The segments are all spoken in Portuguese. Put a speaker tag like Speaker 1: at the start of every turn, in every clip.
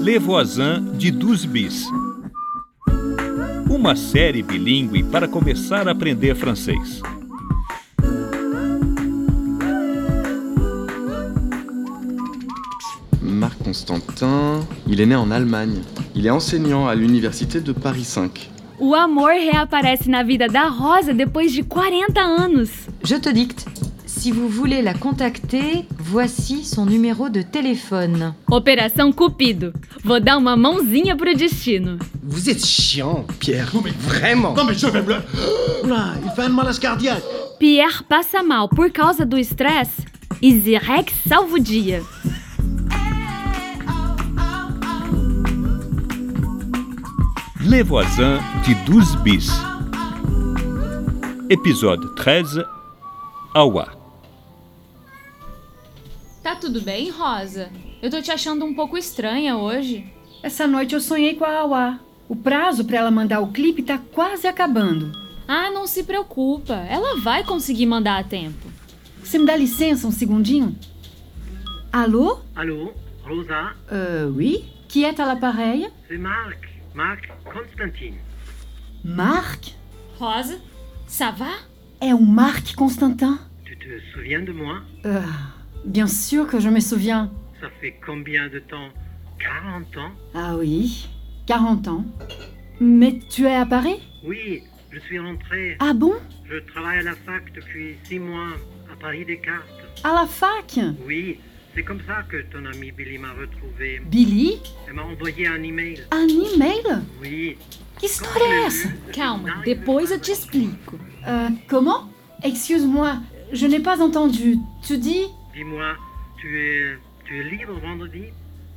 Speaker 1: Levoisin de Duzbis. Uma série bilíngue para começar a aprender francês.
Speaker 2: Marc Constantin, il est né en Allemagne. Il est enseignant à l'université de Paris 5.
Speaker 3: O amor reaparece na vida da Rosa depois de 40 anos.
Speaker 4: Je te dicte. Si vous voulez la contacter, voici son numéro de téléphone.
Speaker 3: Operação Cupido. Vou dar uma mãozinha pro destino.
Speaker 5: Vous êtes chiant, Pierre.
Speaker 6: Non, mais-
Speaker 5: Vraiment.
Speaker 6: Non mais je vais me... Oula, il fait un malaise cardiaque
Speaker 3: Pierre passa mal por causa do estresse e Zirek salva o dia.
Speaker 1: Levoisin de Duzbis. Episódio 13 Aua.
Speaker 7: Tá tudo bem, Rosa? Eu tô te achando um pouco estranha hoje.
Speaker 8: Essa noite eu sonhei com a Awa. O prazo pra ela mandar o clipe tá quase acabando.
Speaker 7: Ah, não se preocupa. Ela vai conseguir mandar a tempo.
Speaker 8: Você me dá licença um segundinho? Allô?
Speaker 9: Allô, Rosa,
Speaker 8: Euh, oui? Qui est à l'appareil?
Speaker 9: c'est Marc. Marc Constantine.
Speaker 8: Marc?
Speaker 7: Rosa, ça va?
Speaker 8: É o Marc Constantin?
Speaker 9: Tu te souviens de moi
Speaker 8: Euh, bien sûr que je me souviens.
Speaker 9: Ça fait combien de temps 40 ans
Speaker 8: Ah oui, 40 ans. Mais tu es à Paris?
Speaker 9: Oui, je suis rentré.
Speaker 8: Ah bon?
Speaker 9: Je travaille à la fac depuis 6 mois à Paris Descartes.
Speaker 8: À la fac?
Speaker 9: Oui, c'est comme ça que ton ami Billy m'a retrouvé.
Speaker 8: Billy?
Speaker 9: Elle m'a envoyé un email.
Speaker 8: Un e-mail?
Speaker 9: Oui.
Speaker 8: Que história é essa?
Speaker 7: Calma, depois eu te explico.
Speaker 8: Euh, comment? Excuse-moi, je n'ai pas entendu. Tu dis?
Speaker 9: Dis-moi, tu es, tu es libre vendredi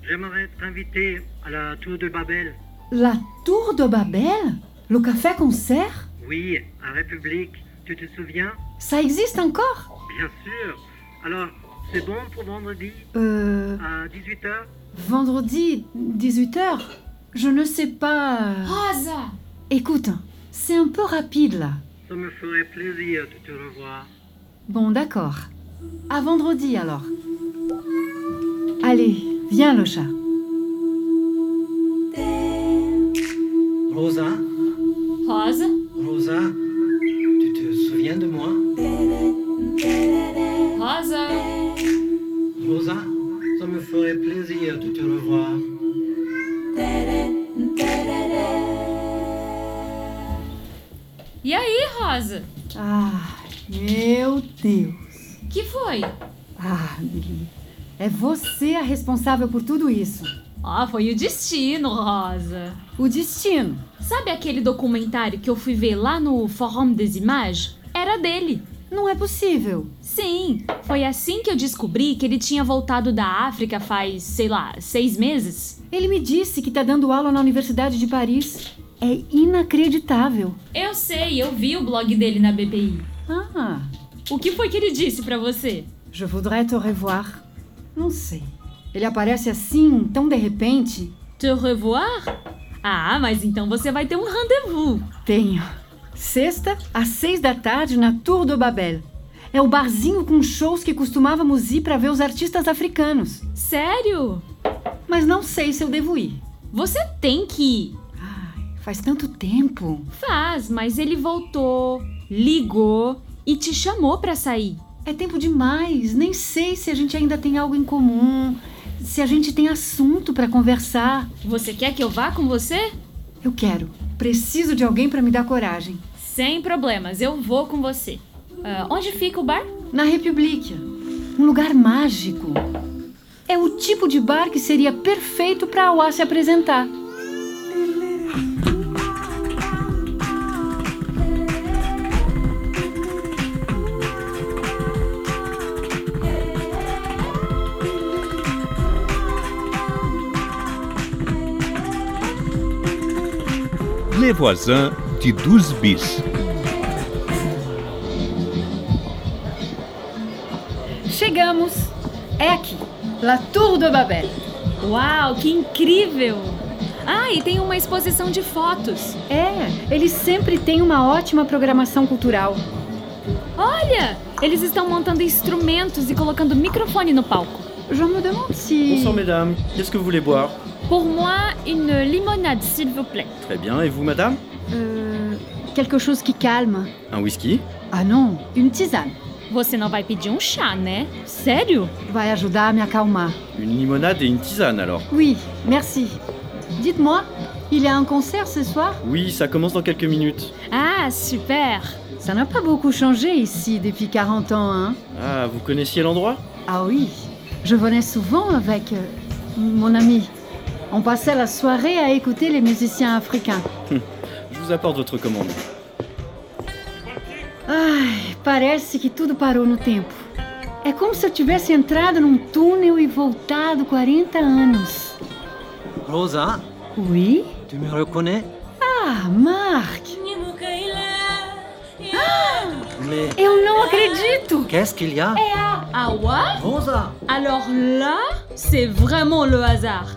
Speaker 9: J'aimerais être invité à la tour de Babel.
Speaker 8: La Tour de Babel? Le café concert?
Speaker 9: Oui, à République. Tu te souviens
Speaker 8: Ça existe encore?
Speaker 9: Bien sûr. Alors, c'est bon pour vendredi
Speaker 8: Euh.
Speaker 9: à 18h
Speaker 8: Vendredi, 18h? Je ne sais pas.
Speaker 7: Rosa!
Speaker 8: Écoute, c'est un peu rapide là.
Speaker 9: Ça me ferait plaisir de te revoir.
Speaker 8: Bon, d'accord. À vendredi alors. Allez, viens le chat.
Speaker 6: Rosa,
Speaker 7: Rosa,
Speaker 6: Rosa, tu te souviens de moi
Speaker 7: Rosa!
Speaker 6: Rosa, ça me ferait é plaisir de te revoir.
Speaker 7: E aí, Rosa?
Speaker 8: Ah, meu Deus.
Speaker 7: Que foi?
Speaker 8: Ah, Billy. É você a responsável por tudo isso.
Speaker 7: Ah, foi o destino, Rosa.
Speaker 8: O destino.
Speaker 7: Sabe aquele documentário que eu fui ver lá no Forum des Images? Era dele.
Speaker 8: Não é possível.
Speaker 7: Sim, foi assim que eu descobri que ele tinha voltado da África faz, sei lá, seis meses.
Speaker 8: Ele me disse que tá dando aula na Universidade de Paris. É inacreditável.
Speaker 7: Eu sei, eu vi o blog dele na BPI.
Speaker 8: Ah,
Speaker 7: O que foi que ele disse pra você?
Speaker 8: je voudrais te revoir. Não sei. Ele aparece assim, tão de repente.
Speaker 7: Te revoir? Ah, mas então você vai ter um rendezvous.
Speaker 8: Tenho. Sexta, às seis da tarde, na Tour do Babel. É o barzinho com shows que costumávamos ir para ver os artistas africanos.
Speaker 7: Sério?
Speaker 8: Mas não sei se eu devo ir.
Speaker 7: Você tem que ir.
Speaker 8: Ai, faz tanto tempo.
Speaker 7: Faz, mas ele voltou, ligou e te chamou pra sair.
Speaker 8: É tempo demais. Nem sei se a gente ainda tem algo em comum, se a gente tem assunto para conversar.
Speaker 7: Você quer que eu vá com você?
Speaker 8: Eu quero. Preciso de alguém para me dar coragem.
Speaker 7: Sem problemas, eu vou com você. Ah, onde fica o bar?
Speaker 8: Na República, um lugar mágico. É o tipo de bar que seria perfeito para a UA se apresentar.
Speaker 1: Levoisin de Duzbis.
Speaker 8: Chegamos! É aqui, La Tour do Babel.
Speaker 7: Uau, que incrível! Ah, e tem uma exposição de fotos.
Speaker 8: É, eles sempre têm uma ótima programação cultural.
Speaker 7: Olha, eles estão montando instrumentos e colocando microfone no palco.
Speaker 8: Je me demande se.
Speaker 10: Bonsoir mesdames, qu'est-ce que vous voulez boire
Speaker 3: Pour moi, une limonade, s'il vous plaît.
Speaker 10: Très bien, et vous, madame
Speaker 8: Euh, quelque chose qui calme.
Speaker 10: Un whisky
Speaker 8: Ah não, une tisane.
Speaker 3: Você não vai pedir um chá, né? Sério?
Speaker 8: Vai ajudar a me acalmar.
Speaker 10: Une limonade et une tisane, alors
Speaker 8: Oui, merci. Dites-moi, il y a un concert ce soir
Speaker 10: Oui, ça commence dans quelques minutes.
Speaker 3: Ah, super!
Speaker 8: Ça n'a pas beaucoup changé ici depuis 40 ans, hein
Speaker 10: Ah, vous connaissiez l'endroit
Speaker 8: Ah oui, je venais souvent avec euh, mon ami. On passait la soirée à écouter les musiciens africains.
Speaker 10: Je vous apporte votre commande.
Speaker 8: Ai, parece que tudo parou no tempo. É como se eu tivesse entrado num túnel e voltado 40 anos.
Speaker 6: Rosa,
Speaker 8: Oui
Speaker 6: tu me reconnais
Speaker 8: Ah, Marc
Speaker 6: Mais
Speaker 3: Eu não acredito!
Speaker 6: qu'est-ce qu'il y a
Speaker 7: Ah ouais
Speaker 6: Rosa
Speaker 7: Alors là, c'est vraiment le hasard.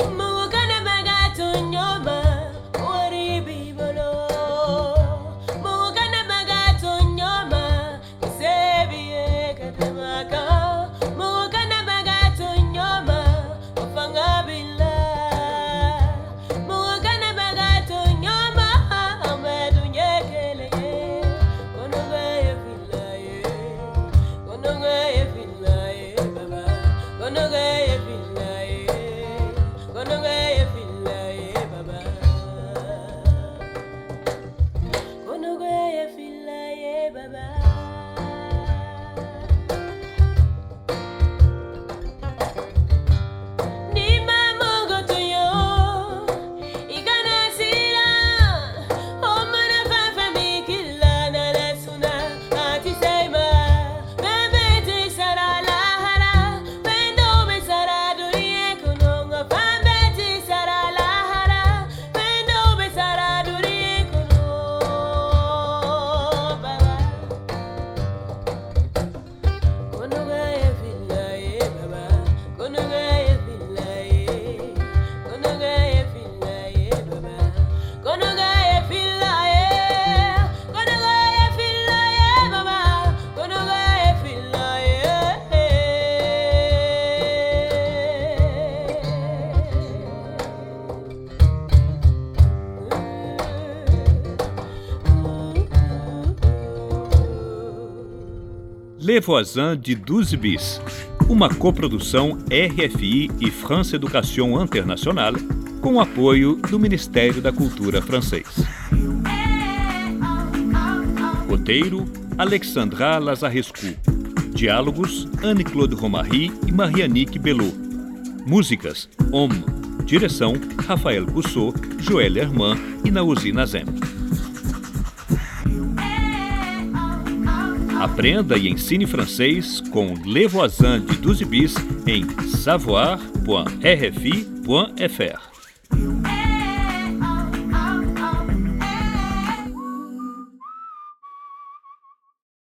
Speaker 8: Mm.
Speaker 1: Le Voisin de 12 Bis, uma coprodução RFI e France Education Internacional, com o apoio do Ministério da Cultura francês. Roteiro: Alexandra Lazarescu. Diálogos: Anne-Claude Romary e Marianique Belot. Músicas: Homme. Direção: Rafael Coussot, Joël Herman e Naouzi Nazem. Aprenda e ensine francês com Le Voisin de Duzibis em savoir.rfi.fr.